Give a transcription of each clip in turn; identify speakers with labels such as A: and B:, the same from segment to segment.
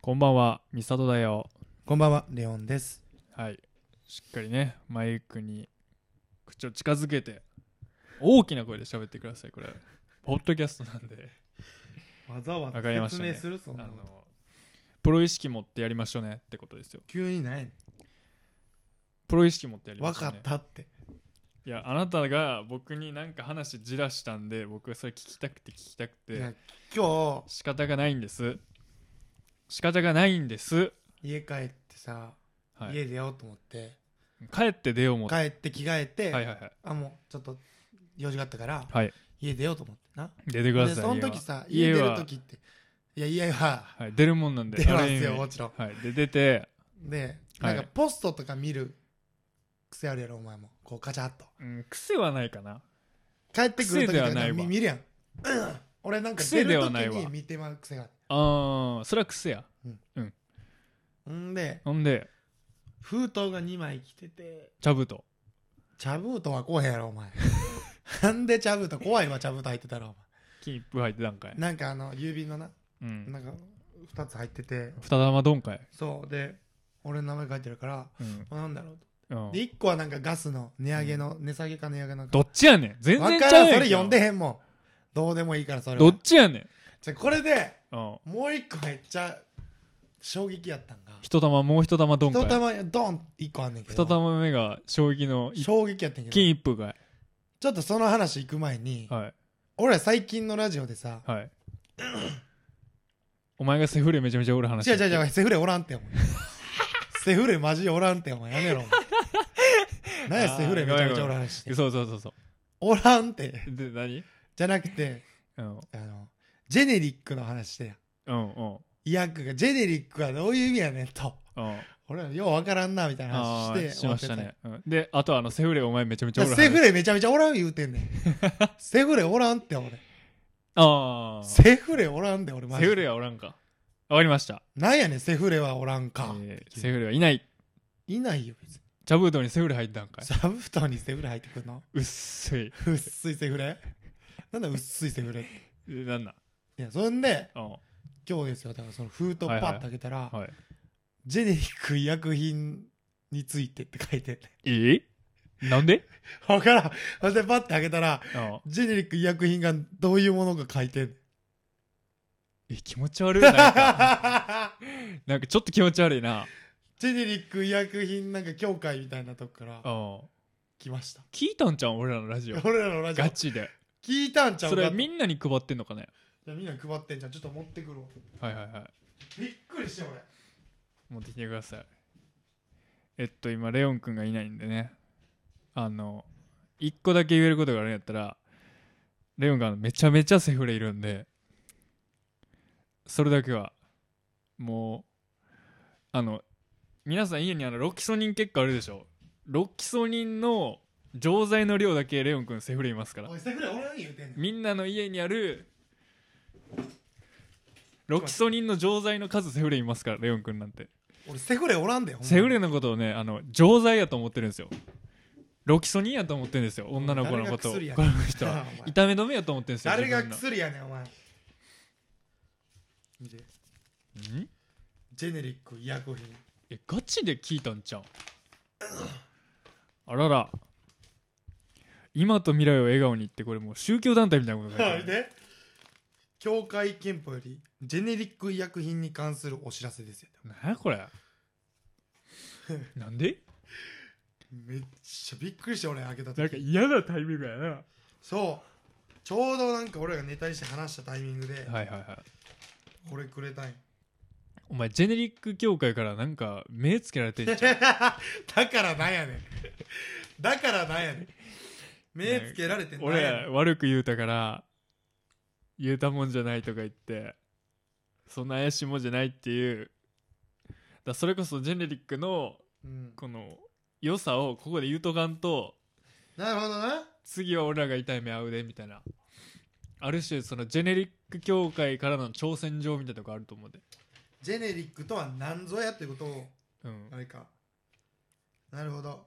A: こんばんは、みさとだよ。
B: こんばんは、レオンです。
A: はい。しっかりね、マイクに口を近づけて、大きな声で喋ってください、これ。ポッドキャストなんで、
B: わざわ
A: わかりましたね
B: るそ
A: あ
B: んなの
A: の、プロ意識持ってやりましょうねってことですよ。
B: 急にない。
A: プロ意識持ってやりま
B: わ
A: しょう
B: か
A: ね
B: っ。たって。
A: いや、あなたが僕になんか話じらしたんで、僕はそれ聞きたくて聞きたく
B: いや
A: て、
B: 今
A: 仕方がないんです。仕方がないんです。
B: 日、家帰ってさ、
A: はい。
B: 家出ようと思って、
A: 帰って出よう思って。
B: 帰って着替えて、
A: はいはいはい。
B: あ、もうちょっと用事があったから、
A: はい。
B: 家出ようと思ってな。
A: 出てくださ
B: で、
A: い。
B: その
A: 家
B: 時
A: は
B: さ、
A: 家
B: 家出
A: は
B: る時って、いや、家は
A: はい、出るもんなんで。
B: 出ま
A: あ
B: す
A: る意
B: よ、
A: 味
B: もちろん。
A: はい、で出て、
B: で、
A: は
B: ないんかポストとか見る癖あるやろ、お前も。こう、カチャッと。
A: うん、癖はないかな
B: 帰ってくる時
A: 癖で
B: と
A: は
B: か
A: ないわ
B: 見見るやん。うん俺なんか出
A: 癖で
B: る
A: は
B: 時
A: ないわ
B: に見てまう癖がある。
A: ああそれは癖や
B: んで、
A: ほんで
B: 封筒が2枚来てて
A: 茶布と
B: 茶封筒は来へんやろお前 なんで茶封筒怖いわ茶封筒入ってたらお
A: 金一封入ってたんかい
B: 前なんかあの郵便のな
A: うん
B: なんか2つ入ってて
A: 二玉どんかい
B: そうで俺の名前書いてるから
A: うん、
B: あなんだろう
A: うん
B: とで1個はなんかガスの値上げの、値下げか値上げなの
A: ど
B: か
A: っちやねん全
B: わ
A: 然
B: か
A: ちゃ
B: ら
A: うんやん
B: それ
A: け
B: 読んでへんもんどうでもいいからそれ
A: ど
B: は
A: っちやねん、
B: じゃこれで
A: うん、
B: もう1個めっちゃ衝撃やったんが
A: 一玉もう一玉どんかい
B: 1玉ドン1個あんねんけ
A: 二
B: ど
A: 玉目が衝撃の一
B: 衝撃やったんけど
A: 金一封かい
B: ちょっとその話行く前に
A: はい
B: 俺ら最近のラジオでさ
A: はいお前がセフレめちゃめちゃおる話
B: 違う違う違う、セフレおらんって、お前。 セフレマジおらんって、お前。や めろ、お前。何や、
A: あー
B: セフレめちゃめちゃおらん話して。
A: そうそうそうそ
B: おらんって。
A: うで何
B: じゃなくて、
A: うん
B: あの、ジェネリックの話してや。
A: うんうん
B: 医薬が、ジェネリックはどういう意味やねんと。
A: うん
B: 俺らようわからんな、みたいな
A: あ
B: 話
A: あ
B: して。
A: ーしました
B: 終わっ
A: ね、うんであとあのセフレお前めちゃめち
B: て
A: ゃ
B: た
A: お
B: い
A: る
B: や
A: 話
B: セフレめちゃめちゃおらん言うて んねん。セフレおらんって、俺。
A: ああセ
B: セフレおらんで、俺マジで。
A: フレはおらんかわかりました、
B: なんやねん、セフレはおらんか。
A: えーセフレはいない
B: いないよ、別に。
A: ジャブードにセフレ入ったんかい
B: 座布団にセフレ入ってく んの
A: うっすい
B: 薄いセフレなんだ薄いセフレって
A: えなんだ
B: いやそんで
A: うん
B: 今日ですよだからその封筒パッと開けたら、
A: はい
B: ジェネリック医薬品についてって書いてんね
A: えーなんで
B: 分からん そしてパッと開けたら
A: うん
B: ジェネリック医薬品がどういうものが書いてんね ん
A: え気持ち悪いなんか
B: ジ
A: なんかちょっと気持ち悪いな
B: ェネリック医薬品なんか協会みたいなとこから
A: うん
B: 来ました
A: 聞いたんちゃうん俺らのラジ オ
B: 俺らのラジオ
A: ガチで
B: 聞いたんちゃう
A: そ
B: か
A: れ
B: と
A: みんなに配ってんのかね
B: じゃあみんなに配ってんじゃんちょっと持ってくるわ
A: はいはいはい
B: びっくりして俺
A: 持ってきてくださいえっと今レオンくんがいないんでねあの一個だけ言えることがあるんやったらレオンがめちゃめちゃセフレいるんでそれだけはもうあの皆さん家にあのロキソニン結果あるでしょロキソニンの錠剤の量だけレオンくんセフレいますから
B: おいセフレ俺らに言うてんねん
A: みんなの家にあるロキソニンの錠剤の数セフレいますからレオンくんなんて
B: 俺セフレおらんでよほんまに
A: セフレのことをねあの錠剤やと思ってるんですよロキソニンやと思ってるんですよ女の子のことをこ
B: 誰が薬や
A: の人 は
B: お前
A: 痛め止めやと思ってるんですよ
B: 誰が
A: 自
B: 薬やねんお前見て
A: 分のん
B: ジェネリック医薬品
A: えガチで聞いたんちゃうあらら今と未来を笑顔にってこれもう宗教団体みたいなこと書いて あ
B: はい
A: る
B: で協会憲法よりジェネリック医薬品に関するお知らせですよ
A: 何やこ れなんで
B: めっちゃびっくりして俺開け
A: な
B: た
A: んか
B: 時
A: 嫌なタイミングやなは
B: そうちょうどなんか俺がネタにして話したタイミングで
A: いはいはい
B: これくれたんよ
A: お前ジェネリック協会からなんか目つけられてんじゃん
B: だからなんやねんだからなんやねん目つけられてなんやねん
A: 俺悪く言うたから言うたもんじゃないとか言ってそんな怪しいもんじゃないっていうだそれこそジェネリックの
B: うん
A: この良さをここで言うとかんと
B: なるほどな
A: 次は俺らが痛い目合うでみたいなある種そのジェネリック協会からの挑戦状みたいなとこあると思うで
B: ジェネリックとは何ぞやってことを
A: うん
B: あれかなるほど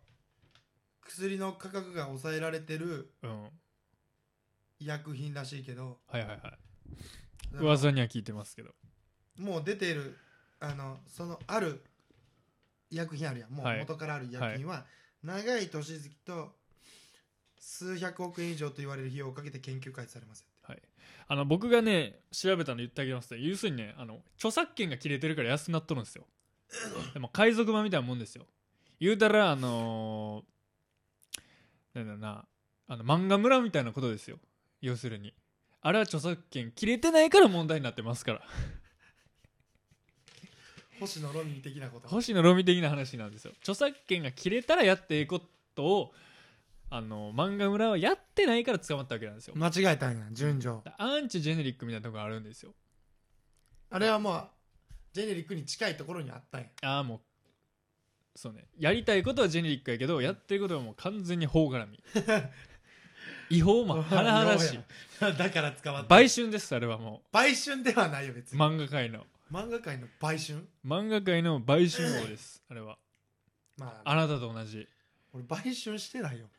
B: 薬の価格が抑えられてる
A: うんは
B: 医薬品らしいけど
A: いはいはい噂には聞いてますけど
B: もう出ているあのそのある薬品あるやんもう
A: はい
B: 元からある薬品は、長い年月と数百億円以上と言われる費用をかけて研究開発されますって
A: はい、あの僕がね調べたの言ってあげますと要するにねあの著作権が切れてるから安くなっとるんですよでも海賊版みたいなもんですよ言うたらあのーなんだろうなあの漫画村みたいなことですよ要するにあれは著作権切れてないから問題になってますから
B: 星野ロミー的なこと
A: 星野ロミ的な話なんですよ著作権が切れたらやっていいことをあの漫画村はやってないから捕まったわけなんですよ
B: 間違えたんや順序
A: アンチジェネリックみたいなとこがあるんですよ
B: あれはもうジェネリックに近いところにあったんや
A: ああもうそうねやりたいことはジェネリックやけどやってることはもう完全に法絡 み違法も甚だしい
B: だから捕まった
A: 売春ですあれはも
B: 売春ではないよ別
A: う
B: に、
A: 漫画界の
B: 漫画界の売春
A: 漫画界の売春王ですあれは
B: まあ
A: あなたと同じ
B: 俺売春して ないよ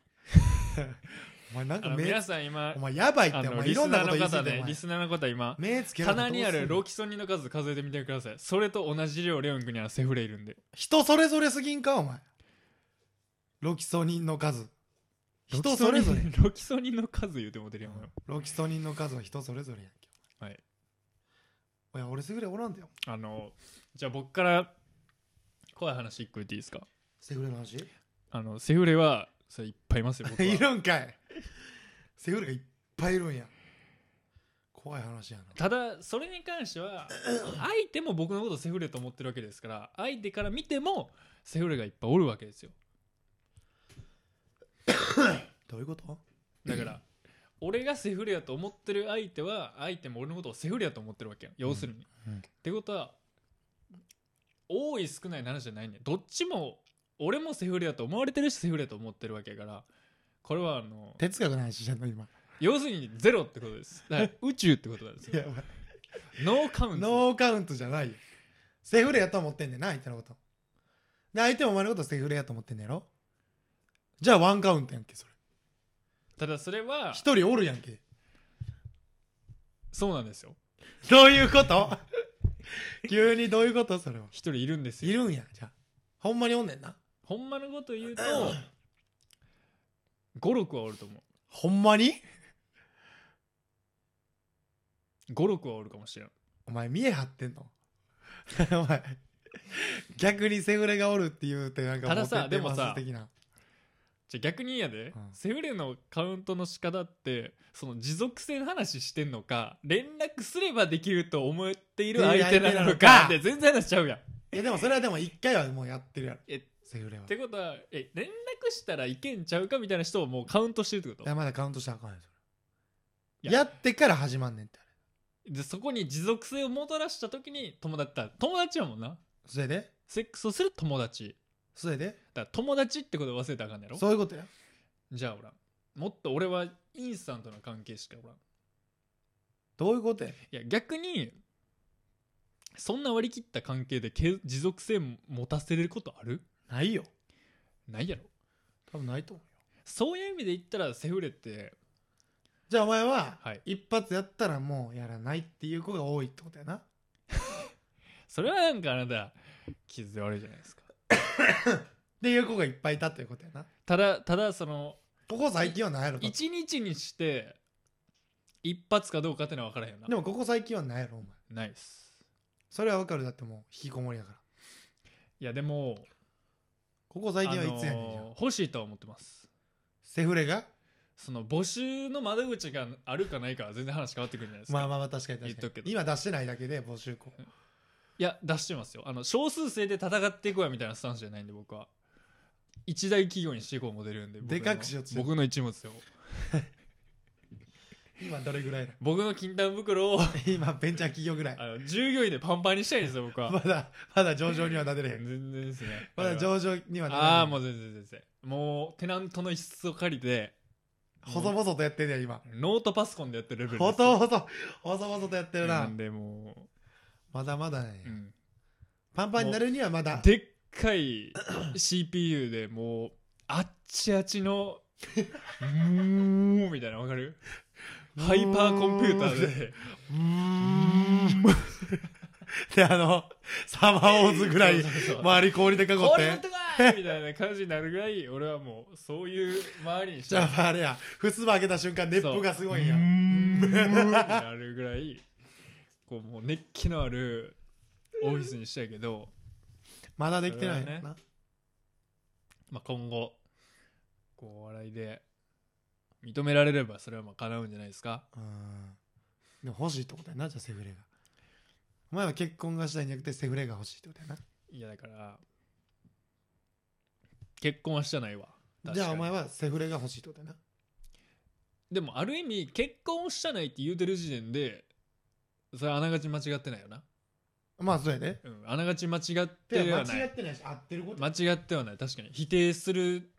B: お前なん
A: あ
B: か
A: の
B: 目
A: 皆さん今
B: お前やばいって
A: あ
B: お
A: の
B: 前い
A: リス
B: ろんな
A: ナー
B: こと
A: の
B: 言い過
A: 方
B: ぎて
A: で
B: お前
A: リスナーの方今
B: 目つけられたら
A: 棚にある
B: ど
A: ロ
B: う
A: キソニンの数数えてみてくださいそれと同じ量レオン君にはセフレいるんです
B: んの人それぞれすぎんかお前ロキソニンの数人それぞれ
A: ロキソニンの数言うてもてるやん、
B: ロキソニンの数は人それぞれやんけ
A: はい
B: お前いや俺すぐれおらんだよ
A: あのじゃあ僕から怖い話一個言っていいですか
B: セフレの 話い
A: あのセフレはそれいっぱいいますよ僕 は
B: るんかいセフレがいっぱいいるんや怖い話やな
A: ただそれに関して は相手も僕のことセフレと思ってるわけですから相手から見てもセフレがいっぱいおるわけですよ
B: どういうこと
A: だから俺がセフレやと思ってる相手は相手も俺のことをセフレやと思ってるわけやん要するに、
B: うんうん
A: ってことは多い少ないの話じゃないねどっちも俺もセフレやと思われてるしセフレやと思ってるわけやからこれはあの
B: 哲学の話じゃんの今
A: 要するにゼロってことですだから宇宙ってことなんです
B: いや
A: よノーカウント
B: ノーカウントじゃないよセフレやと思ってんねんな相手のことで相手もお前のことセフレやと思ってんねやろじゃあワンカウントやんけそれ
A: ただそれは
B: 一人おるやんけ
A: そうなんですよ
B: どういうこと急にどういうことそれは
A: 一人いるんです
B: い
A: よ
B: るんやじゃあほんまにおんねんな
A: ほんまのこと言うと56はおると思う
B: ほんまに
A: 56はおるかもしれん
B: お前見え張ってんの お前逆にセフレがおるって言うてなんか
A: たださ
B: モテて
A: でもさ
B: ます的な
A: じゃあ逆にやで、
B: うん
A: セフレのカウントの仕方ってその持続性の話してんのか連絡すればできると思っている相手なのか
B: っ
A: で
B: て
A: 全然話しちゃうやん
B: いやでもそれはでも一回はもうやってるやろ
A: えっ
B: セフレは
A: てことはえ連絡したらいけんちゃうかみたいな人をもうカウントしてるってこと
B: いやまだカウントしたらあかんよそ
A: い
B: れ
A: や
B: やってから始まんねんってあれ
A: でそこに持続性をもたらした時に友達だ友達やもんな
B: それで
A: セックスをする友達
B: それで
A: だから友達ってこと忘れたらあかんねやろ
B: そういうことや
A: じゃあおらんもっと俺はインスタントな関係しかおらん
B: どういうことや
A: いや逆にそんな割り切った関係で継持続性持たせれることある
B: ないよ
A: ないやろ
B: 多分ないと思うよ
A: そういう意味で言ったらセフレって
B: じゃあお前は
A: はい
B: 一発やったらもうやらないっていう子が多いってことやな
A: それはなんかあなた気づ悪いじゃないですか
B: っていう子がいっぱいいたっていうことやな
A: ただただその
B: ここ最近はないやろだって
A: 1日にして一発かどうかってのは分からへんよな
B: でもここ最近はないやろお前
A: ナイス
B: それはわかるだってもう引きこもりだから
A: いやでも
B: ここ最近はいつやねんじゃ
A: あ
B: ん
A: のー欲しいとは思ってます
B: セフレが
A: その募集の窓口があるかないかは全然話変わってくるんじゃないですか、
B: まあまあまあ確かに確
A: 言っと
B: か
A: くけ
B: に
A: ど
B: 今出してないだけで募集校
A: いや出してますよあの少数制で戦っていこうやみたいなスタンスじゃないんで僕は一大企業にしていこうモデルんで僕の
B: でかくしようとしてる
A: 僕の一物よ
B: 今どれ ぐらいだ
A: 僕の金玉袋を あ
B: 今ベンチャー企業ぐらい
A: の従業員でパンパンにしたいんですよ僕
B: ま
A: は
B: だまだ上場にはなってれへん
A: 全然ですね
B: まだ上場にはなってれへん
A: ああもう全然全然もうテナントの一室を借りて
B: 細々とやってるやん今
A: ノートパソコンでやってるレベルです
B: 細々と細々とやってる
A: な
B: なん
A: でも
B: まだまだね
A: う、うん
B: パンパンになるにはまだ
A: でっかい CPU でもうあっちあっちのうーんみたいなわかるハイパーコンピューターで
B: うーんであのサマーウォーズぐらい
A: そうそうそう
B: 周り氷で囲っ
A: 氷持っててこいみたいな感じになるぐらい俺はもうそういう周りにし
B: じゃああれやふつば開けた瞬間熱風がすごいんや
A: うーんってなるぐらいこうもう熱気のあるオフィスにしたいけど、
B: まだできてない
A: それはね
B: な
A: まあ、今後こうお笑いで認められればそれはまあ叶うんじゃないですか
B: うんでも欲しいってことやなじゃあセフレがお前は結婚がしたいんじゃなくてセフレが欲しいってことや
A: いやだから結婚はしてないわ
B: なじゃあお前
A: は
B: はセフレが欲しいってことやな
A: でもある意味結婚をしてないって言うてる時点でそれはあながち間違ってないよな
B: まあそうやで
A: うんあながち間違っ
B: い
A: て
B: や
A: ではな
B: 間違
A: い
B: ってないし合ってること
A: 間違ってはない確かに否定する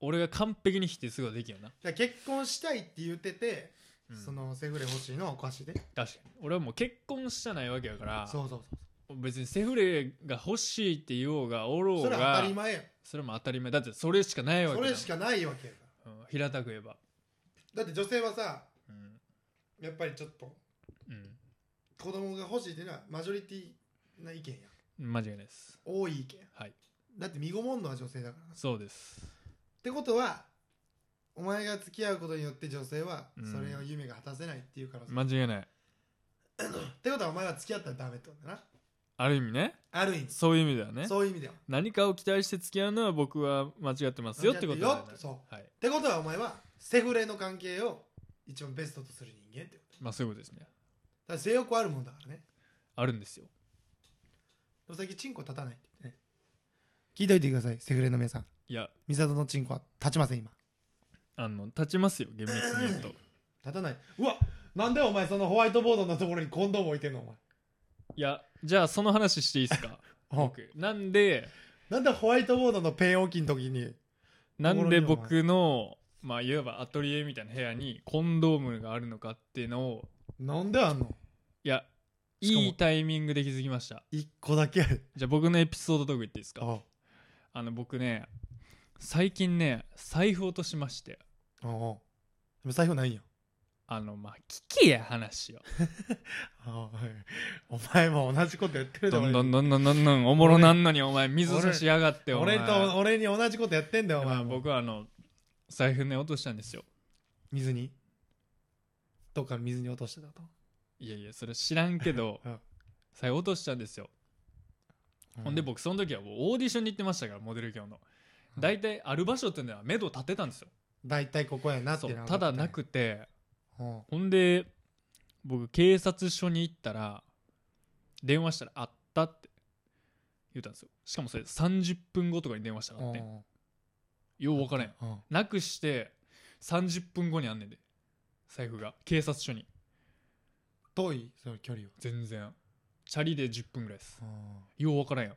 A: 俺が完璧に否定することはできるよな、
B: だから結婚したいって言ってて、
A: うん
B: そのセフレ欲しいのはおかしいで
A: 確かに俺はもう結婚してないわけやから
B: そうそうそ
A: 別にセフレが欲しいって言おうがおろ
B: う
A: う
B: それは
A: が
B: 当たり前やん
A: それも当たり前だってそれしかないわけ
B: そ
A: だもん
B: れしかないわけやか
A: うん平たく言えば
B: らだって女性はさ
A: うん、
B: やっぱりちょっと
A: う
B: 子供が欲しいっていうのはマジョリティな意見やん
A: ん、間違いないです
B: 多い意見やん
A: はい
B: だって身ごもんのは女性だからな
A: そうです
B: ってことはお前が付き合うことによって女性は
A: うん
B: それを夢が果たせないっていうから、
A: 間違いない
B: ってことはお前は付き合ったらダメってことだな
A: ある意味ね
B: ある意味
A: そういう意味ではね
B: そういう意味ではっ
A: 何かを期待して付き合うのは僕は間違ってますよってことだ
B: 間違ってるよってそう
A: はい
B: てことはお前はセフレの関係を一番ベストとする人間ってこと
A: まあそういうことですね
B: だから性欲あるもんだからね
A: あるんですよ
B: でも最近チンコ立たないって言ってね聞いといてくださいセフレの皆さん
A: いや
B: 美里のチンコは立ちません今
A: あの立ちますよ厳密に言うと
B: 立たないうわなんでお前そのホワイトボードのところにコンドーム置いてんのお前
A: いやじゃあその話していいです か僕なんで
B: なんでホワイトボードのペン置きの時に
A: なんで僕のまあいわばアトリエみたいな部屋にコンドームがあるのかっていうのを
B: なんであんの
A: いや
B: しかも
A: いいタイミングで気づきました
B: 一個だけある
A: じゃあ僕のエピソードトーク言っていいですか
B: あ
A: あの僕ね最近ね財布落としまして
B: ああでも財布ないんや
A: あのまあ聞きや話よ
B: ああはいお前も同じことやってるで
A: どんどん
B: 俺
A: どんどんどんどんおもろなんのにお前水差しやがってお前
B: 俺と俺に同じことやってんだよお
A: ま
B: 前
A: あ
B: も
A: 僕はあの財布ね落としたんですよ
B: 水にどっかの水に落としてたと
A: いやいやそれ知らんけど
B: うん
A: 財布落としたんですよほんで僕その時はもうオーディションに行ってましたからモデル業の
B: うん
A: 大体ある場所っていうのは目処立てたんですよ
B: 大体ここやなって
A: そ
B: いううのは
A: た
B: 分か
A: だ
B: ったんや
A: なくて
B: うん
A: ほんで僕警察署に行ったら電話したら「あった」って言ったんですよしかもそれ30分後とかに電話したらあってよう分からん
B: うんうん
A: なくして30分後にあんねんで財布が警察署に
B: 遠いその距離は
A: 全然チャリで10分ぐらいです
B: うん
A: よう分からんやん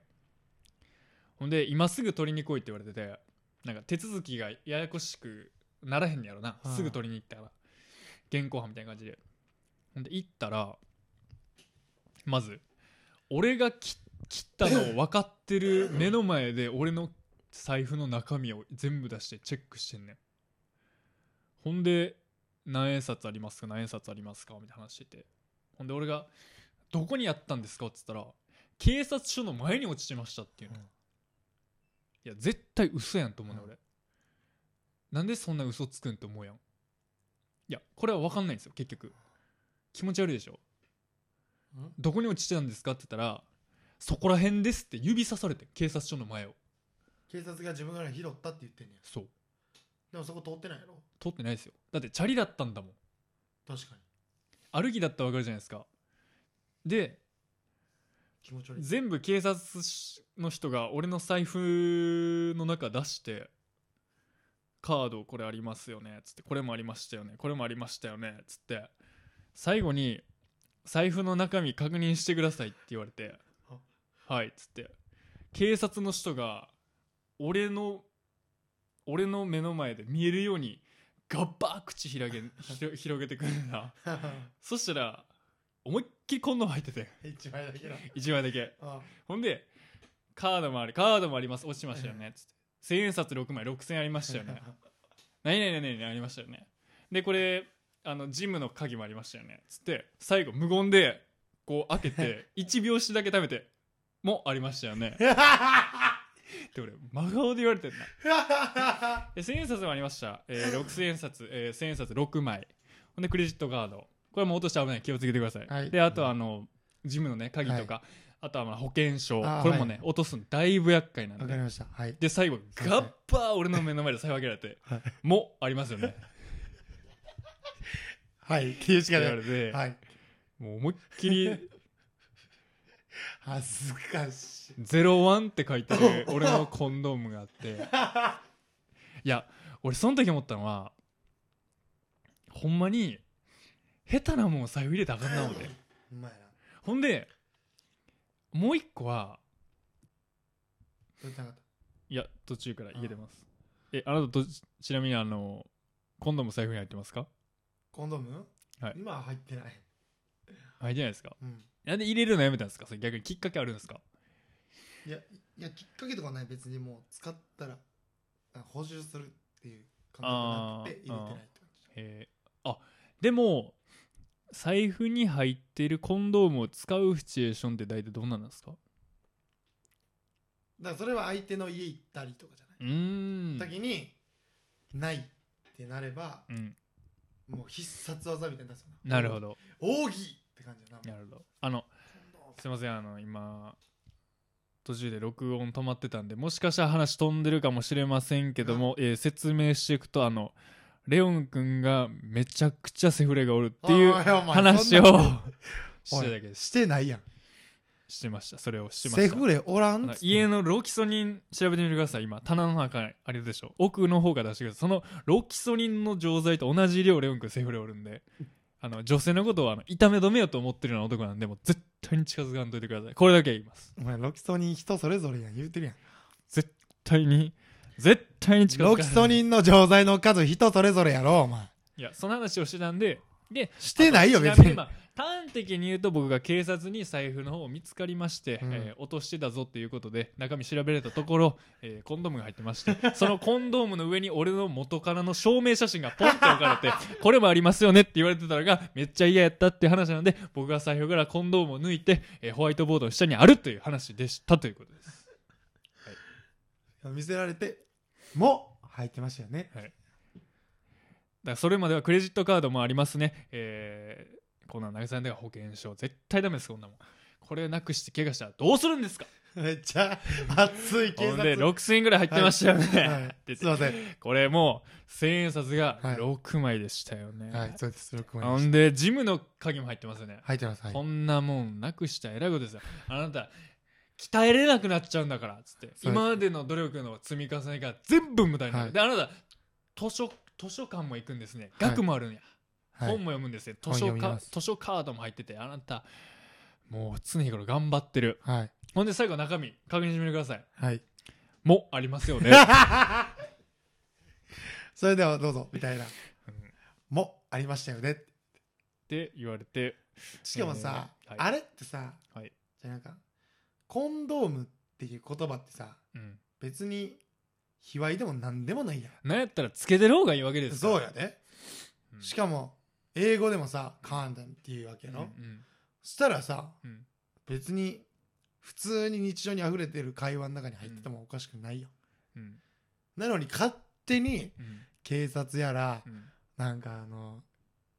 A: ほんで今すぐ取りに来いって言われててなんか手続きがややこしくならへんやろな、
B: うん
A: すぐ取りに行ったから現行犯みたいな感じでほんで行ったらまず俺がき切ったのを分かってる目の前で俺の財布の中身を全部出してチェックしてんねんほんで何円札ありますか何円札ありますかみたいな話しててほんで俺が「どこにあったんですか?」っつったら「警察署の前に落ちてました」っていうの、
B: うん
A: いや絶対嘘やんと思うね、俺なんでそんな嘘つくんって思うやんいやこれは分かんないんですよ結局気持ち悪いでしょ
B: うん
A: どこに落ちてたんですかって言ったらそこら辺ですって指さされて警察署の前を
B: 警察が自分から拾ったって言ってんねや
A: そう
B: でもそこ通ってないやろ
A: 通ってないですよだってチャリだったんだもん
B: 確かに
A: 歩きだったらわかるじゃないですかで
B: 気持ち悪い
A: 全部警察の人が俺の財布の中出してカードこれありますよねつってこれもありましたよねこれもありましたよねつって最後に財布の中身確認してくださいって言われてはいつって警察の人が俺の俺の目の前で見えるようにガッバー口開げひろ広げてくるんだそしたら思いっきりこんなの入って て
B: 一枚だけだ
A: 1枚だけ
B: あ
A: ほんで、カードもあり、カードもあります、落ちましたよね、つって。千円札6枚、6000円ありましたよ ね。何々何々ありましたよね。で、これ、あの、ジムの鍵もありましたよね。つって、最後、無言で、こう開けて1秒しだけ食べてもありましたよねって俺真顔で言われてんなで千円札もありました、え ー、6千円札、えー、千円札6枚ほんでクレジットカードこれもう落としたら危ない気をつけてください、
B: はい
A: であとはあのジムのね鍵とか、あとはまあ保険証
B: あー
A: これもね、落とすのだいぶ厄介なん
B: わ
A: で
B: かりましたはい
A: で最後
B: すいません
A: ガッパー俺の目の前で財布開けられて
B: はい
A: もうありますよねって
B: はい 気をつけ
A: 言わ
B: て
A: れて、
B: はい
A: もう思いっき り
B: 恥ずかしい
A: 「01」って書いてる俺のコンドームがあっていや俺その時思ったのはほんまに下手なもん財布入れたらあかんな思って
B: うまいな
A: ほんでもう一個は
B: 取れたかっ
A: いや途中から言えてますえあなたとちなみにあの今度も財布に入ってますか
B: たコンドーム
A: はい
B: 今は入ってない
A: 入ってないですか
B: うん
A: なんで入れるのやめたんですかそれ逆にきっかけあるんですか
B: いやいやきっかけとかない別にもう使ったらあ補充するっていう感覚なくて入れてないって感じ
A: えーあでも財布に入っているコンドームを使うシチュエーションって大体どんなんなんですか、
B: だからそれは相手の家行ったりとかじゃないう
A: ーん
B: 時にないってなれば
A: うん
B: もう必殺技みたいになる
A: なる
B: ど
A: ほど
B: 奥義って感じだな
A: なるほどあのすいませんあの今途中で録音止まってたんでもしかしたら話飛んでるかもしれませんけども、えー説明していくとあのレオン君がめちゃくちゃセフレがおるっていう
B: おいお前
A: 話を
B: そんな
A: してただけです
B: してないやん
A: してましたそれをしてました
B: セフレおら
A: あ
B: ん
A: の
B: っつって
A: 家のロキソニン調べてみてください今棚の中にあれでしょ奥の方から出してくださいそのロキソニンの錠剤と同じ量レオン君セフレおるんであの女性のことをあの痛め止めようと思ってるような男なんでもう絶対に近づかんといてくださいこれだけは言います
B: お前ロキソニン人それぞれやん言うてるやん
A: 絶対に絶対に近づかん
B: ロキソニンの錠剤の数人それぞれやろお前
A: いやその話をしてたんでで
B: してないよ
A: ちな
B: 別
A: みに
B: に
A: まあ端的に言うと僕が警察に財布の方を見つかりまして、
B: うん
A: えー落としてたぞっていうことで中身調べれたところ、えーコンドームが入ってまして そのコンドームの上に俺の元からの証明写真がポンと置か れてこれもありますよねって言われてたのがめっちゃ嫌やったっていう話なので僕が財布からコンドームを抜いて、えーホワイトボードの下にあるという話でしたということです
B: 見せられても入ってましたよね
A: だからそれまではクレジットカードもありますねえー、こんなん投げさんでは保険証絶対ダメですこんなもんこれなくして怪我したらどうするんですか
B: めっちゃ熱い警
A: ほん
B: 察
A: で6000円ぐらい入ってましたよね、
B: はい
A: 出て
B: すいません
A: これもう1000円札が
B: はい
A: 6枚でしたよね、
B: はいそうです6
A: ほ
B: 枚
A: んでジムの鍵も入ってますよね、
B: 入ってますはい
A: こんなもんなくしたらえらいことですよあなた鍛えれなくなっちゃうんだからっつって
B: そうです
A: 今までの努力の積み重ねが全部無駄になる、
B: はい
A: であなた図書図書館も行くんですね
B: はい
A: 学もあるんや、
B: はい
A: 本も読むんですね図
B: 本
A: 書
B: 読み
A: か
B: ます
A: 図書カードも入っててあなたもう常日頃頑張ってる
B: はい
A: ほんで最後中身確認してみてください
B: はい
A: もあります よね
B: それではどうぞみたいな
A: うん
B: もありましたよね
A: って言われて
B: しかもさ
A: えーはい
B: あれってさ
A: はい
B: じゃあなんかコンドームっていう言葉ってさ
A: うん
B: 別に卑猥でも何でもないやん
A: なんやったらつけてる方がいいわけですから
B: そうやで
A: うん
B: しかも英語でもさ「カーンダン」っていうわけ
A: うん
B: のそしたらさ
A: うんうん
B: 別に普通に日常に溢れてる会話の中に入っててもおかしくないよ、
A: うん
B: なのに勝手に
A: うん
B: 警察やら
A: うん
B: なんかあの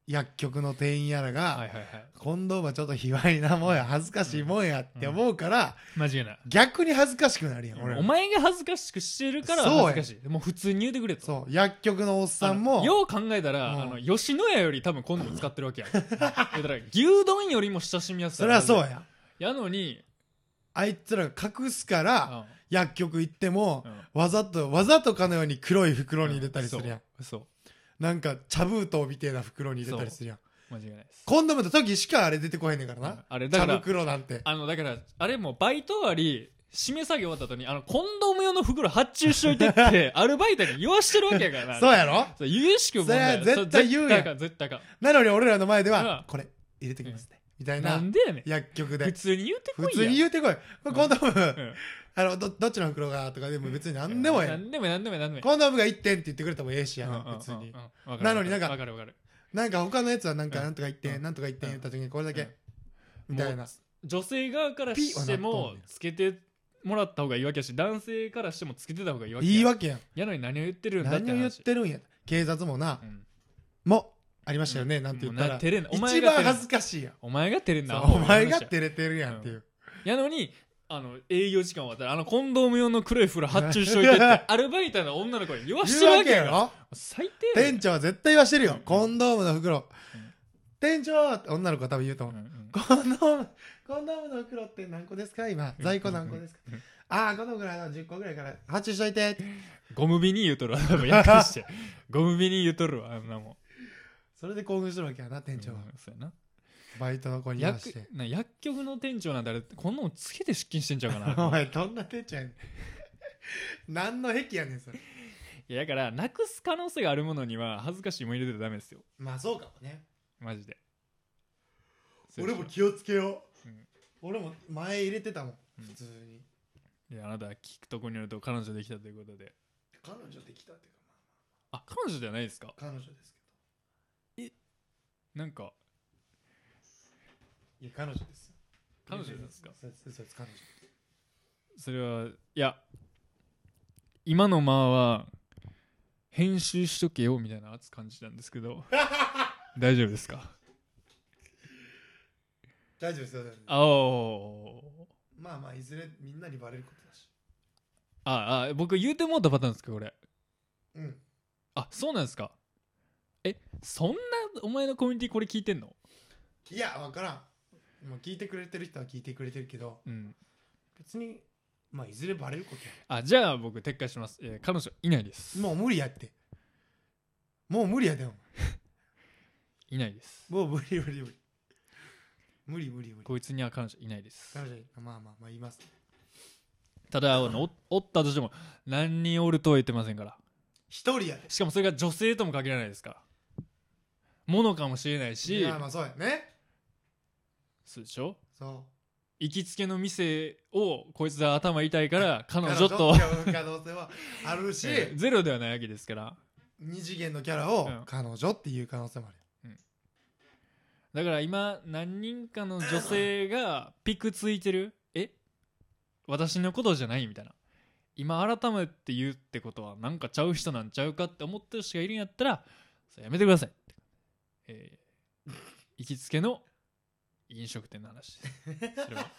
B: 薬局の店員やら
A: はい
B: が
A: はいはい
B: 「今度はちょっと卑猥なもんや恥ずかしいもんや」って思うから
A: 間違いない
B: 逆に恥ずかしくなるやん俺
A: お前が恥ずかしくしてるから
B: そう
A: 恥
B: や
A: ずかしいもう普通に言うてくれと
B: そう薬局のおっさん
A: あ
B: も
A: のよう考えたら、
B: うん
A: あの吉野家より多分今度も使ってるわ けやんだから牛丼よりも親しみやすい
B: そりゃそうや
A: やのに、
B: あいつらが隠すか
A: う
B: ら
A: ん
B: 薬局行っても
A: うん
B: わざとわざとかのように黒い袋に入れたりするやん
A: そう
B: なんか茶封筒みたいな袋に入れたりするやん
A: そう間違いないです
B: コンドームの時しかあれ出てこへんねんからな
A: あれだ
B: 茶
A: から
B: 袋なんて
A: あのだからあれもうバイト終わり締め作業終わった後にあのコンドーム用の袋発注しといてって アルバイトに言わしてるわけやからな
B: そうやろ
A: そう由々しく問題
B: それは絶対言うや
A: それ絶対
B: ん
A: か絶対か
B: なのに俺らの前で
A: う
B: は
A: ん
B: これ入れてきますねみたい
A: な
B: なん
A: でやねん
B: 薬局
A: 普
B: で
A: 通に言うてこい
B: 普
A: や
B: 通に言うてこいこれコンドー
A: う
B: ム
A: ん
B: あのどどっちの袋がとかでも別に何でもえ
A: な
B: え
A: んでもなんでもなんでも
B: コンドームが1点って言ってくれてもええしや
A: うん
B: な
A: うんうん
B: 別に
A: うんわかる
B: なのになんか
A: わかるわかる
B: なんか他のやつはなんか
A: うん
B: なんとか1
A: う
B: 点
A: ん
B: なんとか1点言った時にこれだ
A: うん
B: けみたいな
A: 女性側からして
B: ピーはなっ
A: も
B: とんねん
A: つけてもらった方がいいわけやし男性からしてもつけてた方がいいわけや
B: 言い訳やん
A: やのに何を言ってるんだっ
B: 何
A: て
B: を
A: 話
B: 言ってるんや警察もな、
A: うん
B: もありましたよね、なんて言った
A: もう
B: ら
A: な照れんお前
B: 一
A: が
B: 番
A: 照れん
B: 恥ずかしいやん
A: お前が照れんな
B: そうお前が
A: れ
B: 照れてるやんっていう、
A: やのにあの営業時間終わったらあのコンドーム用の黒い風呂発注しといてって アルバイトの女の子に言わして
B: 言
A: る
B: う
A: わ
B: わ
A: け
B: けや
A: やろ
B: ろ
A: 最低や
B: 店長は絶対言わしてるよ、
A: うん
B: コンドームの袋、店長って女の子は多分言うと
A: ろ
B: 思う、
A: うんうん
B: コンドームコンドームの袋って何個ですか今在庫何個ですか、
A: うんうん
B: ああこのぐらいの10個ぐらいから発注しといて
A: ゴムビニ言うとるわ多分訳 してゴムビニ言うとるわあんなもん
B: それで興奮するわけやな店長は、
A: うんそうやな
B: バイトの子に言わし
A: 薬
B: て
A: な薬局の店長なんてあれこんなのつけて出勤してんちゃうか
B: お
A: な
B: 前どんな店長やねん何の癖やねんそれ
A: いやだからなくす可能性があるものには恥ずかしいもん入れてたらダメですよ
B: まあそうかもね
A: マジで
B: 俺も気をつけよう、
A: うん
B: 俺も前入れてたもん、
A: うん
B: 普通に
A: いやあなたは聞くとこによると彼女できたということで
B: 彼女できたっていうか
A: あ彼女じゃないですか
B: まあ彼女です
A: なんか
B: けどいや彼女ですよ
A: 彼女なんですか
B: そうですそうです彼女
A: それはいや今の間は編集しとけよみたいな圧感じたんですけ ど大丈夫ですか
B: 大丈夫ですよ大丈夫です
A: あお
B: まあまあいずれみんなにバレることだし
A: ああ僕言うてもうたパターンですかこれ
B: うん
A: あそうなんですかえそんなお前のコミュニティこれ聞いてんの
B: いや分からんもう聞いてくれてる人は聞いてくれてるけど
A: うん
B: 別にまあいずれバレることや
A: あじゃあ僕撤回します、えー彼女いないです
B: もう無理やってもう無理やでも
A: いないです
B: もう無理無理無理無理無理無理
A: こいつには彼女いないです
B: 彼女にまあまあまあ言います
A: ただあのおおったとしても何人おるとは言ってませんから
B: 一人やで
A: しかもそれが女性とも限らないですからものかもしれない
B: い
A: し
B: やまあそうやね
A: そうでしょ
B: そう
A: 行きつけの店をこいつは頭痛いから彼女
B: 彼
A: と
B: 女って呼ぶ可能性はあるし、
A: えー ゼロではないわけですから
B: 二次元のキャラ
A: う
B: を
A: ん
B: 彼女っていう可能性もある
A: だから今何人かの女性がピクついてるえ私のことじゃないみたいな今改めて言うってことはなんかちゃう人なんちゃうかって思ってる人がいるんやったらそれやめてくださいって、えー行きつけの飲食店の話ですそれは、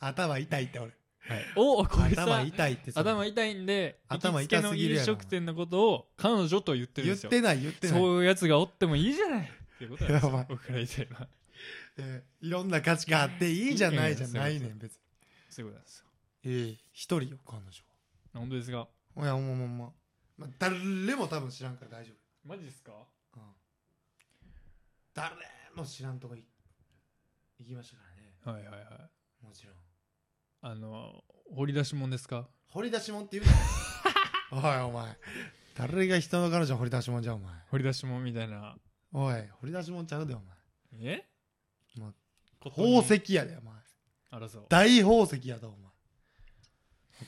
B: 頭痛いって俺
A: はい、おおこいつ
B: 頭
A: は
B: 痛いってそれ
A: 頭痛いんで
B: 頭
A: 行きつけ
B: 痛
A: の
B: すぎるや
A: 飲
B: ろ
A: 食店のことを彼女と言ってるんで
B: 言っ
A: すよ
B: てない言ってない
A: そういうやつがおってもいいじゃないっていうことなんです
B: やばい
A: よ僕ら言いたいのは
B: えーいろんな価値があっていいじゃないじゃないねん別
A: そういうことなんですよ
B: にええ一人よ彼女
A: 本当ですが
B: はいやもうもうもう、まあ、誰も多分知らんから大丈
A: マジですか
B: 夫、うん、誰も知らんとこい行きましたからね
A: はいはいはい
B: もちろん
A: あの掘り出し物ですか
B: 掘り出し物って言うな おいお前誰が人の彼女掘り出し物じゃんお前
A: 掘り出し物みたいな
B: おい掘り出し物ちゃうでお前
A: え
B: ま
A: コットン
B: 宝石やでお前
A: あらそう
B: 大宝石やだお前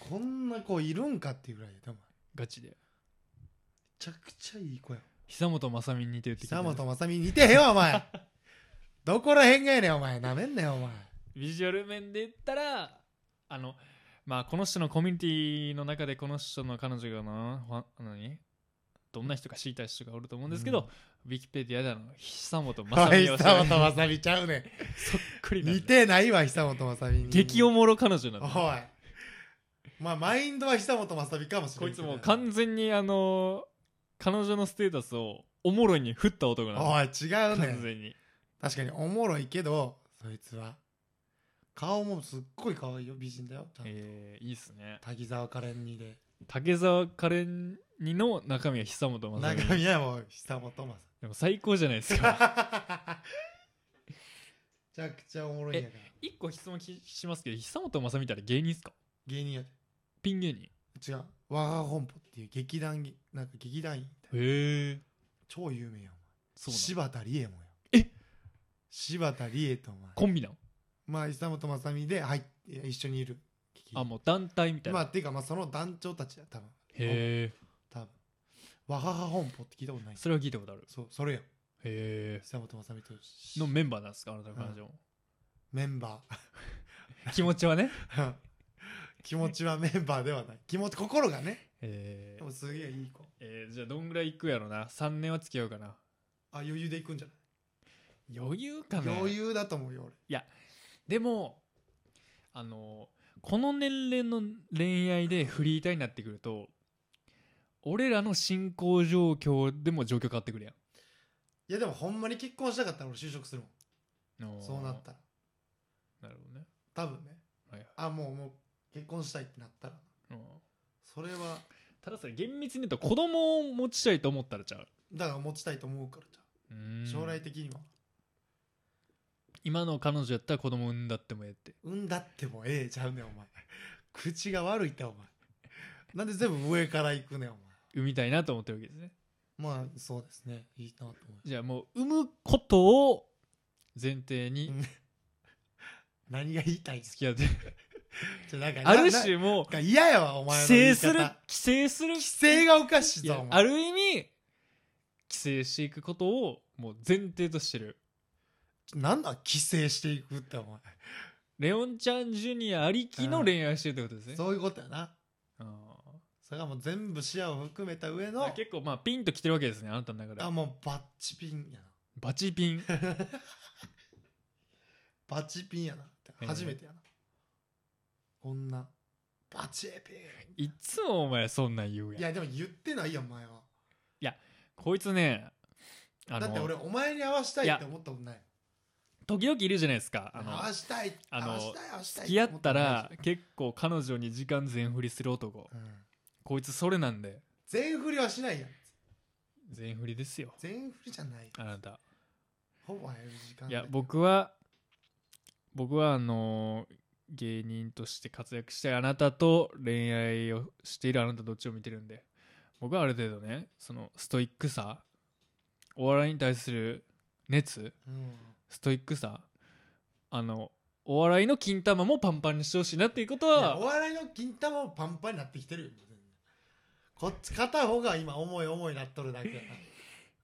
B: こんな子いるんかっていうぐらいやでお前め
A: ガチで
B: ちゃくちゃいい子や
A: 久本雅美に似てるって聞いて
B: 久
A: る
B: 本雅美似てへんわお前どこらへんがやねんお前なめんなよお前
A: ビジュアル面で言ったらあのまあこの人のコミュニティの中でこの人の彼女がなほあのにどんな人か知りたい人がおると思うんですけど、ウィキペディアであの久本雅
B: はい
A: 美
B: 久
A: を
B: 本雅美ちゃうね
A: そっ くり
B: ん
A: なん
B: 似
A: で
B: てないわ久本雅美に
A: 激おもろ彼女なん
B: お
A: で
B: いまあマインドは久本雅美かもしれ
A: こ
B: ないい
A: つもう 完全にあの彼女のステータスをおもろいに振った男なんで
B: おい違うね
A: 完
B: ん
A: 全に
B: 確かにおもろいけどそいつは顔もすっごい可愛いよ美人だよちゃんと
A: えー、いいっすね
B: 滝沢カレンにで
A: 竹澤カレンにの中身は久本雅
B: 中
A: 美
B: 身はもう久本雅美
A: でも最高じゃないです
B: め
A: か
B: ちゃくちゃおもろいんやから
A: 一個質問きしますけど久本雅美ってあれ芸人っすか
B: 芸人や
A: ピン芸人へ
B: で違う我が本舗っていう劇団ぎなんか劇団員みたいな
A: え
B: 超有名やお
A: そう
B: 前
A: なん
B: 柴田理恵もや
A: え
B: 柴田理恵とお前
A: コンビなん
B: まあ久本雅美で入っいや一緒にいる
A: あもう団体みたいな、
B: まあっていうかまあその団長たちだ多分
A: へえ
B: 多分わはは本舗って聞いたことない
A: それは聞いたことある
B: そうそれや
A: へえ
B: 久本雅美とし
A: のメンバーなんですかあなたの彼女も、
B: メンバ
A: 気持ちはね、
B: ー 気持ちはメンバーではない気持ち心がね
A: え
B: で
A: ー
B: もすげえいい子
A: えーじゃあどんぐらいいくやろな3年は付き合うかな
B: あ余裕でいくんじゃない
A: 余裕かな
B: 余裕だと思うよ俺
A: でもあのこの年齢の恋愛でフリーターになってくると俺らの進行状況でも状況変わってくるや
B: いやでもほんまに結婚したかったら俺就職するも
A: ん
B: んそうなったら
A: なるほどね
B: 多分ね
A: はいはい
B: あもうもう結婚したいってなったら
A: うん
B: それは
A: ただそれ厳密に言うと子供を持ちたいと思ったらちゃう
B: だから持ちたいと思うからじゃ
A: うーん
B: あ将来的には
A: 今の彼女やったら子供産んだってもええって
B: 産んだってもええちゃうねんお前 口が悪いってお前なんで全部上から行くねんお
A: 産みたいなと思ってるわけですね
B: 前まあそうですねいいなと思う
A: じゃあもう産むことを前提に
B: 何が言いたいんです
A: 付き合って、
B: じゃなんか
A: ある
B: なな
A: 種も
B: なんか嫌やわお
A: う
B: 前
A: 規制
B: の言い
A: する規
B: 方
A: 制する
B: 規制がおかしい
A: い
B: ぞ
A: や
B: お前
A: ある意味規制していくことをもう前提としてる
B: なんだ規制していくってお前
A: レオンちゃんジュニアありきの恋愛してるってことですね
B: そういうことやな
A: あ
B: それがもう全部視野を含めた上
A: ー
B: の
A: 結構まあピンときてるわけですねあなたの中で
B: あもうバッチピンやな
A: バチピン
B: バチピンやなって
A: えー
B: 初めてやな、こんなバチピ
A: いつもお前そんなん言う
B: ン
A: やん
B: いやでも言ってないやんお前は
A: こいつねあ
B: だって俺
A: の
B: お前に合わしたいって思ったことない
A: 時々いるじゃないですかあ
B: 合わ
A: の
B: したい
A: あの
B: 合わしたい合わしたい
A: 付き合ったら結構彼女に時間全振りする男
B: 思ったことないしうん
A: こいつそれなんで
B: 全振りはしないやん
A: 全振りですよ
B: 全振りじゃない
A: あなた
B: ほぼ会える時間
A: いや僕は僕はあの芸人として活躍したいあなたと恋愛をしているあなたどっちを見てるんで僕はある程度ねそのストイックさお笑いに対する熱
B: うん
A: ストイックさあのお笑いの金玉もパンパンにしてほしいなっていうこと
B: いやお
A: は
B: 笑いの金玉もパンパンになってきてるよもう全然こっち片方が今重い重いなっとるだけ やな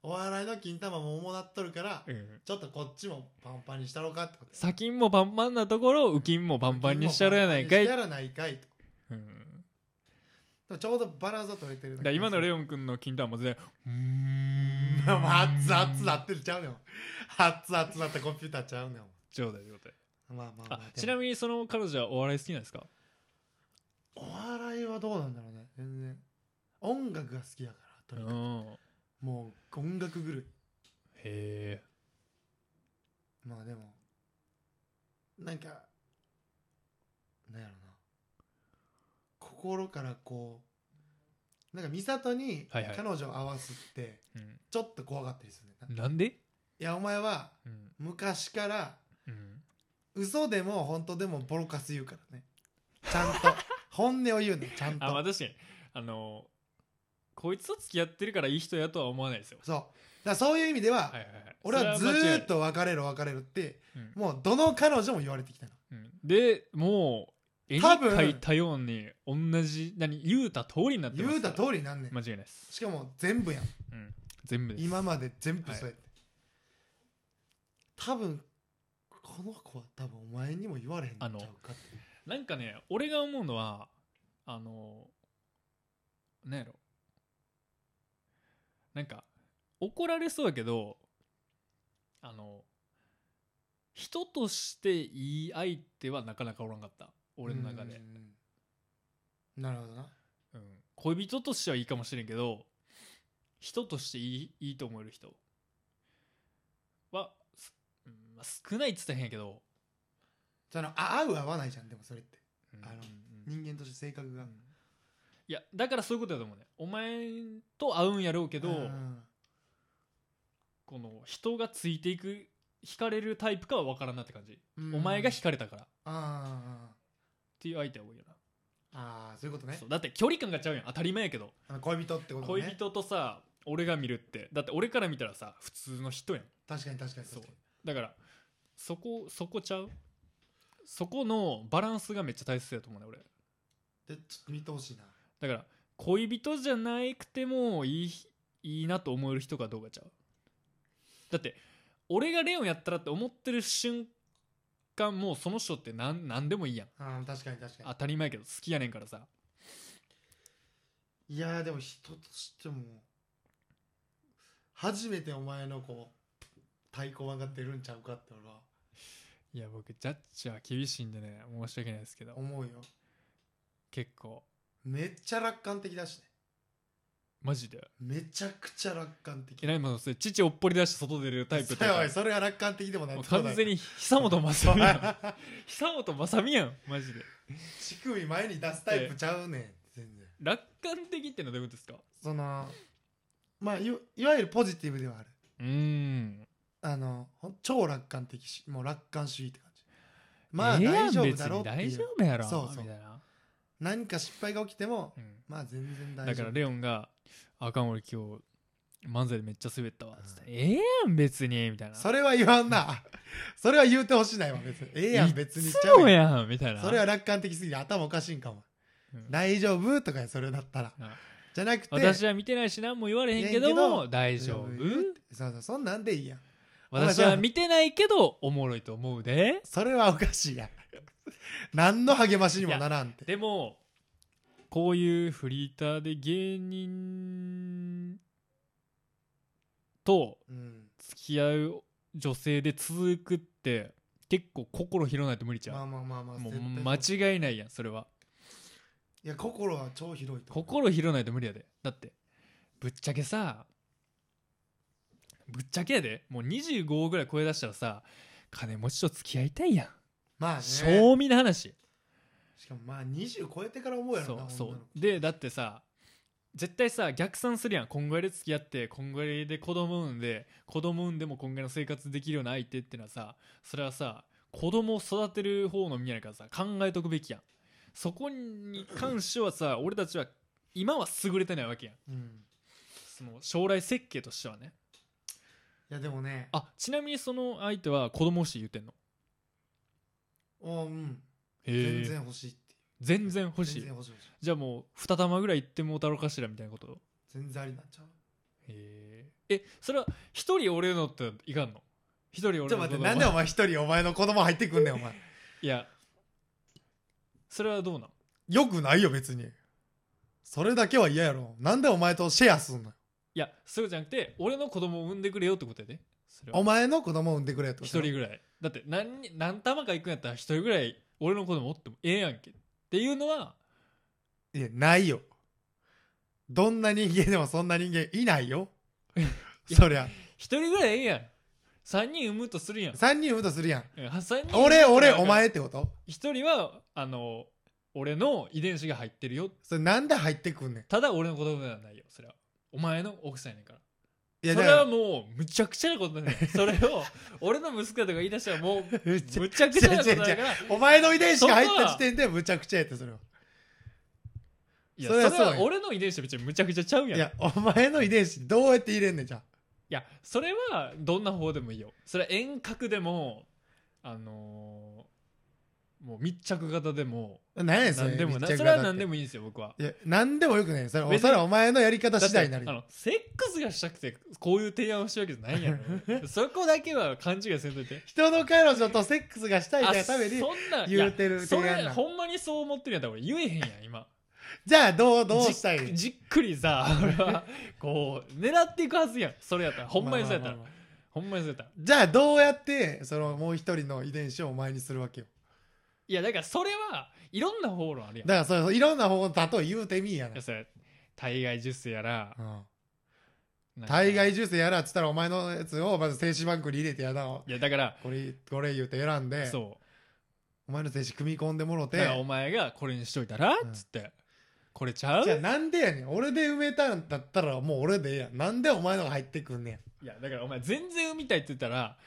B: お笑いの金玉も重なっとるから
A: うん
B: ちょっとこっちもパンパンにしたろうかってこと
A: 砂金もパンパンなところを浮金もパンパンにしたらやないかい
B: 金もパンパンにした、らないかいと
A: うん、
B: でもちょうどバランスは取れてる
A: だから今のレ
B: オ
A: オン君の金玉も全然うーん
B: 熱々なってるちゃうねん熱々なってコンピューターちゃうねん
A: 状態状態
B: まあまあ,、ま
A: あちな
B: に
A: みにその彼女はお笑い好きなんですか
B: お笑いはどうなんだろうね全然音楽が好きだからとにかく
A: へ
B: もう音楽狂い
A: え
B: まあでもなんかなんやろな心からこうなんか美里に
A: はいはい
B: 彼女を合わすって
A: う
B: ちょっと怖かったりするねんな、
A: んなんで
B: いやお前は
A: うん
B: 昔から
A: うん
B: 嘘でも本当でもボロカス言うからねちゃんと 本音を言うねちゃん
A: あまあ
B: と
A: 確かにあのこいつと付き合ってるからいい人やとは思わないですよ
B: そうだからそういう意味では、
A: はいはいはい
B: 俺は
A: そ
B: ず
A: れ間違い
B: ー
A: な
B: っ
A: い
B: と別れろ別れろって
A: うん
B: もうどの彼女も言われてきたの
A: うんでもう絵に
B: 多分
A: 描いたように同じ何言うた通りになってます
B: 言うた
A: り
B: 通りなんねん、
A: 間違いないです
B: しかも全部やん
A: うん全部です
B: 今まで全部そうやって、多分この子は多分お前にも言われへんのちゃ
A: あ
B: う
A: の
B: かって
A: なんかね俺が思うのはあのなんやろなんか怒られそうやけどあの人としていい相手はなかなかおらんかった俺の中で、
B: うんなるほどな
A: うん恋人としてはいいかもしれんけど人としていいいいと思える人は、すうんまあ、少ないっつったら変やけど、
B: そのあ合う合わないじゃんでもそれって
A: うん
B: あの
A: うん
B: 人間として性格が、
A: いやだからそういうことだと思うねお前と合うんやろうけど、
B: うん
A: この人がついていく惹かれるタイプかは分からんなって感じ、
B: うん
A: お前が惹かれたからっ
B: あ
A: ていう相手は多いよな、
B: ーあーそういうことね
A: そうだって距離感がちゃうやん当たり前やけど、
B: あの恋人ってことね
A: 恋人とさ俺が見るってだって俺から見たらさ普通の人やん
B: 確かに確かに
A: そ
B: そうう
A: だからそこそこちゃうそこのバランスがめっちゃ大切だと思うね俺
B: でちょっと見てほしいな
A: だから恋人じゃなくてもいいいいなと思える人かどうかちゃうだって俺がレオンやったらって思ってる瞬干もうその人って何何でもいいやん
B: あー確かに確かに
A: 当たり前やけど好きやねんからさ
B: いやーでも人としても初めてお前のこう太鼓判が出るんちゃうかって俺はい
A: や僕ジャッジは厳しいんでね申し訳ないですけど
B: 思うよ
A: 結構
B: めっちゃ楽観的だしね
A: マジで
B: めちゃくちゃ楽観的
A: えらいものそれ父おっぽり出して外出るタイプとか
B: おいそれは楽観的でもない
A: もう完全に久本雅美やん久本雅美やんマジで
B: 乳首前に出すタイプちゃうねん全然
A: 楽観的ってのはどういうことですか
B: そのまあいわいわゆるポジティブではある
A: うーん
B: あのほん超楽観的しもう楽観主義って感じまあ
A: ええや
B: 大
A: ん
B: 丈夫だろうっ
A: 別
B: て
A: に大
B: いう
A: 丈夫やろ
B: そうそう
A: みたいな、
B: 何か失敗が起きても
A: うん
B: まあ全然大
A: だか
B: 丈夫
A: らレオンが「あかん俺今日漫才でめっちゃ滑ったわ」っつって
B: う
A: 「ええやん別に」みたいな
B: それは言わんな それは言うてほしないわ別にええやん別に
A: い
B: し
A: つ
B: ちゃ
A: も
B: うやん
A: やんみたいな
B: それは楽観的すぎて頭おかしいんかも
A: うん
B: 大丈夫とかやそれだったら
A: な
B: じゃなくて
A: 私は見てないし何も言われへんけども大丈夫
B: そうそうそんなんでいいやん
A: 私は見てないけどおもろいと思うで
B: それはおかしいやん 何の励ましにもならんって
A: でもこういうフリーターで芸人と
B: うん
A: 付き合う女性で続くって結構心広ないと無理ちゃう
B: まあまあまあまあ
A: もう
B: 絶対そう
A: 間違いないやんそれはい
B: や心は超広いと思う
A: 心広ないと無理やでだってぶっちゃけさぶっちゃけやでもう25ぐらい声出したらさ金持ちと付き合いたいやん、
B: まあねし
A: 正味な話
B: かもまあ20超えてから思うや
A: そう
B: ろな
A: そ
B: 女の
A: う
B: 子
A: でだってさ絶対さ逆算するやんこんぐらいで付き合ってこんぐらいで子供産んで子供産んでもこんぐらいの生活できるような相手ってのはさそれはさ子供を育てる方のみやからさ考えとくべきやんそこに関してはさ俺たちは今は優れてないわけやん
B: うん
A: その将来設計としてはね
B: いやでもね
A: あちなみにその相手は子供欲しい言ってんの
B: おうん
A: へ
B: 全
A: え
B: 然欲しいって
A: 全然欲し
B: 全
A: い
B: 然欲しい欲しい
A: じゃあもう二玉ぐらい行ってもうたろうかしらみたいなこと
B: 全然ありになっちゃう
A: へええそれは一人俺のっていかんの一人俺の
B: ちょっと待ってなんでお前一人お前の子供入ってくんねんお前
A: いやそれはどうなん
B: よくないよ別にそれだけは嫌やろなんでお前とシェアすんのよ
A: いやそうじゃなくて俺の子供を産んでくれよってことやでそれは
B: お前の子供産んでくれってこ
A: 一
B: と
A: 人ぐらいだって何に何玉か行くんやったら一人ぐらい俺の子供おってもええやんけっていうのはい
B: やないよどんな人間でもそんな人間いな いよそりゃ
A: 一人ぐらいええやん三人産むとするやん
B: 3人産むとするやん
A: うんは三人産む
B: 俺
A: と
B: 俺
A: なんか
B: お前ってこと
A: 一人はあの俺の遺伝子が入ってるよ
B: それなんで入ってくんね
A: ただ俺の子供ではないよそれはお前の奥さんやねんから
B: んいや
A: そ
B: だ
A: れ
B: か
A: は
B: ら
A: もうむちゃくちゃなことだねそれを俺の息子だとか言い出したらもう
B: む
A: む
B: ちゃ
A: ちゃくちゃなこと だから
B: お前の遺伝子が入っ
A: そこ
B: た
A: は
B: 時点でむちゃくちゃやってそれはい
A: や
B: そ
A: そ
B: れ
A: れ
B: はそうよ
A: は俺の遺伝子と別にむちゃくちゃちゃうやん
B: い
A: いや
B: やお前の遺伝子どうやって入れんねんじゃん
A: それはどんな方でもいいよそれは遠隔でもあのーもう密着型でも
B: 何やねんそれ
A: 何でもな
B: 密着
A: それは
B: 型って
A: 何でもいいんですよ僕はい
B: や何でもよくないそれは
A: 別に
B: それはお前のやり方
A: だっ
B: 次
A: て
B: 第になるよ
A: あのセックスがしたくてこういう提案をしてるわけじゃないや ろそこだけは勘違いせんといて
B: 人の彼女とセックスがしたいがために
A: そんな
B: 言うてる
A: いやそ
B: 提案
A: れ
B: なん
A: ほんまにそう思ってるんやったら俺言えへんやん今
B: じゃあどうどうしたい
A: じっじっくりさ 俺はこう狙っていくはずやんそれやったらほんまにそうやったら
B: まあまあまあまあ
A: ほんまにそうやったら
B: じゃあどうやってそのもう一人の遺伝子をお前にするわけよ
A: いやだからそれはいろんな方論あるやんい
B: だからそのいろんな方法の例え言うてみいやな
A: やそれ体外受精やら
B: うん体外受精やらっつったらお前のやつをまず精子バンクに入れてやなこ
A: いやだから
B: れこれ言うて選んで
A: そ
B: お前の精子組み込んでもろ
A: う
B: て
A: だからお前がこれにしといたら
B: うん
A: っつってこれちゃう
B: じゃあなんでやねん俺で埋めたんだったらもう俺でええやんなんでお前のが入ってくんねん
A: いやだからお前全然産みたいって言ったら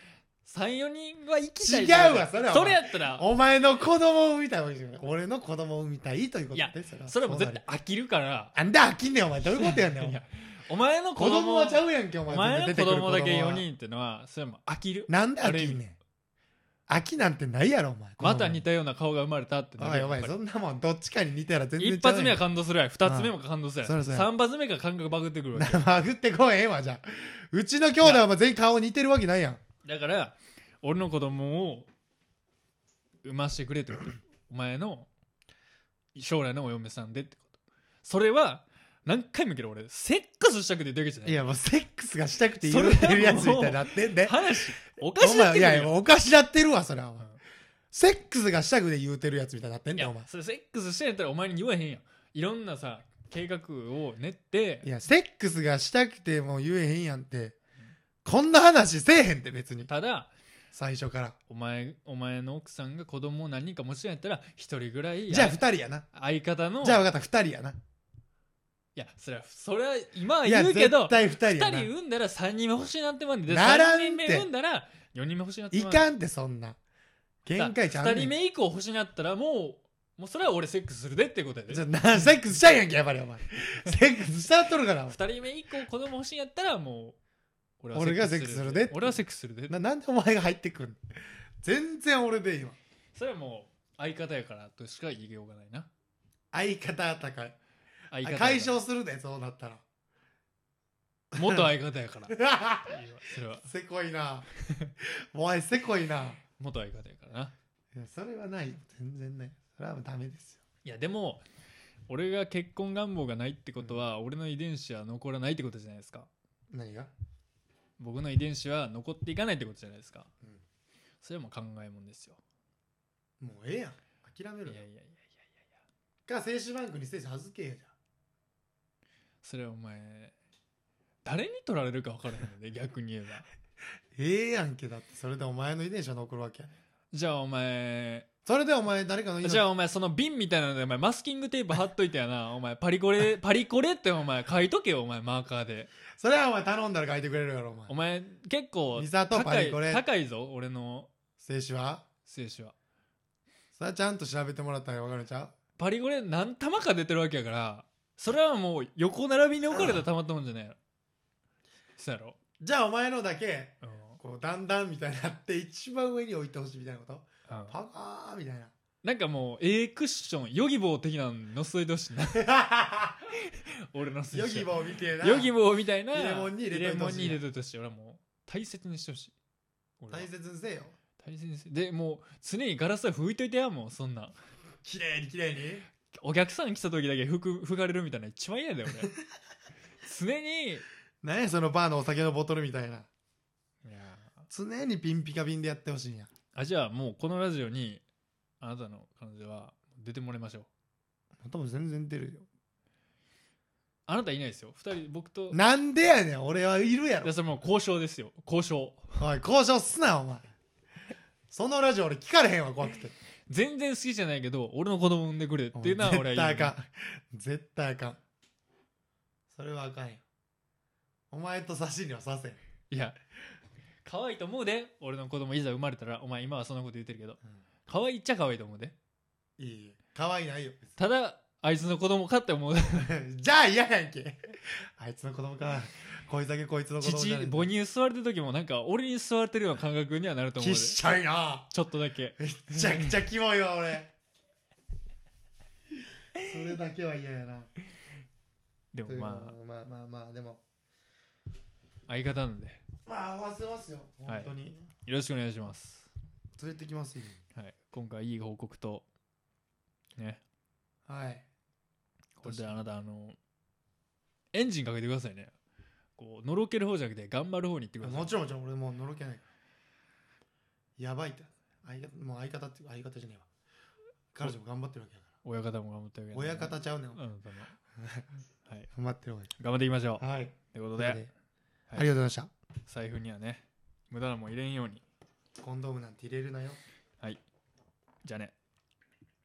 A: 34人は生きたい
B: 違うわそれは
A: それやったら
B: お前の子供を産みたいわけじゃない俺の子供を産みたいということでそれ
A: それはもう
B: そう
A: 絶
B: なる
A: 対飽きるから
B: あんで飽きんねんお前どういうことやねんお
A: い
B: 前
A: やお前の
B: 子
A: 子
B: 供
A: 供
B: はちゃうやんけお
A: お
B: 前
A: 前の子
B: 絶対出てくる
A: 供だけ
B: は
A: 4人ってのはそれはもう飽きる
B: なんで飽きんねん飽きなんてないやろお前
A: また似
B: に
A: たような顔が生まれたってな
B: お
A: る
B: い
A: や
B: お
A: んやっ
B: 前
A: ぱり
B: そんなもんどっちかに似たら全然
A: 一
B: ちゃう
A: 発目は感動するやん二つ目も感動するや
B: そりゃ
A: ん
B: そうや
A: 三発目から感覚バグってくるわけ
B: 生食ってこえへんわじゃあうちの兄弟はお前全員顔似てるわけないやん
A: だから俺の子供を産ましてくれってことお前の将来のお嫁さんでってことそれは何回も言うけど俺セックスしたくて言ってるわけじゃない
B: いやもうセックスがしたくて
A: そ
B: 言
A: れ
B: う
A: は
B: てるやつみたいになってんで
A: 話おかしな
B: お
A: っ
B: 前
A: て
B: い
A: く
B: や
A: る
B: い
A: やん
B: やおかしなってるわそれはお前
A: うん
B: セックスがしたくて言うてるやつみたいになってん
A: い
B: で
A: や
B: お前
A: それセックスしてんやったらお前に言わへんやんいろんなさ計画を練って
B: いやセックスがしたくてもう言えへんやんってこんな話せえへんって別に
A: ただ
B: 最初から
A: お前お前の奥さんが子供を何人か持ちなんやったら一人ぐらい
B: じゃあ2人やな
A: 相方の
B: じゃあ分かった2人やない
A: やそれはそれは今はい
B: や
A: 言うけど
B: 絶対2
A: 2
B: 人やな
A: 人産んだら3人目欲しいなってまんでで
B: ならん
A: 3人目
B: て
A: 産んだら4人目欲しいなって
B: い
A: まん
B: かんってそんな限界ちゃう
A: 2
B: ね
A: 人
B: ん
A: 目以降欲しいなったらもうもうそれは俺セックスするでってことやで
B: じゃあなセックスしたんやんけやっぱりお前セックスしたっとるからお前
A: 2人目以降子供欲しいんやったらもう俺
B: 俺がセックスするでって
A: 俺はセックスするで
B: ななんでお前が入ってくるの全然俺でいいわ
A: それはもう相方やからとしか言いようがないな
B: 相方高い
A: 相方やから
B: 解消するでそうなった
A: 元相方やから
B: ら
A: いいわそれは
B: せこいなお前せこいな
A: 元相方やからない
B: やそれはないよ全然ないそれはもうダメですよ
A: いやでも俺が結婚願望がないってことは俺の遺伝子は残らないってことじゃないですか
B: 何が
A: 僕の遺伝子は残っていかないってことじゃないですか、
B: うん
A: それはもう考えもんですよ
B: もうええやん諦め
A: いや
B: る
A: いや
B: よ
A: いやいやいやいや
B: か精子バンクに精子預けよじゃん
A: それはお前誰に取られるか分からへんので 逆に言えば
B: ええやんけだってそれでお前の遺伝子は残るわけやねん
A: じゃあお前
B: それでお前誰かの遺伝子
A: じゃあお前その瓶みたいなのでお前マスキングテープ貼っといてやなお前パリコ レパリコレってお前書いとけよお前マーカーで
B: それはお前頼んだら書いてくれるやろお前
A: お前結構
B: ミサとパ
A: 高
B: リ
A: い
B: コレ
A: 高いぞ俺の
B: 精子は
A: 精子は
B: それはちゃんと調べてもらったら分かるんちゃう
A: パリコレ何玉か出てるわけやからそれはもう横並びに置かれた玉ったもんじゃないやろそうやろ、
B: じゃあお前のだけ
A: うん
B: こうだんだんみたいになって一番上に置いてほしいみたいなこと
A: うん
B: パカーみたいな
A: なんかもう A クッションヨギボー的なののせといてほしい な俺の
B: ヨギ
A: ー
B: ボー見てえな
A: ヨギボーみたいな
B: 入れ物に入れといてほしい
A: 物に入れといてほしい俺はもう大切にしてほしい俺は
B: 大切にせえよ
A: 大切にしてでもう常にガラスは拭いといてやもうそんなん
B: 綺麗に綺麗に
A: お客さん来た時だけ拭く拭かれるみたいな一番嫌だよ 俺常にい
B: 何やそのバーのお酒のボトルみたいな
A: や
B: 常にピンピカピンでやってほしいんや
A: あじゃあもうこのラジオにあなたの彼女は出てもらいましょう
B: 多分全然出るよ
A: あなたいないですよ二人僕と
B: なんでやねん俺はいるや
A: い
B: ろ
A: やそれもう交渉ですよ交渉
B: おい交渉すなお前そのラジオ俺聞かれへんわ怖くて
A: 全然好きじゃないけど俺の子供産んでくれっていうのは俺は
B: 絶対
A: 言
B: あ
A: う
B: かん絶対あかんそれはあかんよお前と差しにはさせん、
A: いや可愛いと思うで俺の子供いざ生まれたらお前今はそんなこと言ってるけど可愛いっちゃ可愛いと思うで
B: いいよ可愛いないよ
A: ただあいつの子供かって思う
B: じゃあ嫌やんけあいつの子供かこいつだけこいつの子供
A: 父
B: じゃね
A: 母乳吸われてる時もなんか俺に吸われてるような感覚にはなると思
B: き
A: う
B: っ
A: で
B: しゃいな
A: ちょっとだけ
B: めっちゃくちゃキモいわ俺それだけは嫌やな
A: でもまあ
B: というまあまあまあでも
A: 相方なんで
B: まあ合わせますよ
A: は
B: 本
A: い
B: 当に、
A: よろしくお願いします、
B: 連れてきますよ
A: はい、今回いい報告とね
B: はい
A: これであなたあのエンジンかけてくださいねこうのろける方じゃなくて頑張る方に行ってください
B: もちろんもちろん俺もうのろけないからやばいって相方もう相方って相方じゃねえわ彼女も頑張ってるわけだか
A: 親方も頑張ってあげ
B: ら
A: ない
B: 親方ちゃうねん
A: うん、頑張ろうはい、
B: 頑張ってるわ
A: 頑張っていきましょう。
B: はい
A: ということ
B: ということ
A: で、
B: でありがとうございました
A: 財布にはね、無駄なもん入れんように。
B: コンドームなんて入れるなよ
A: じゃあね。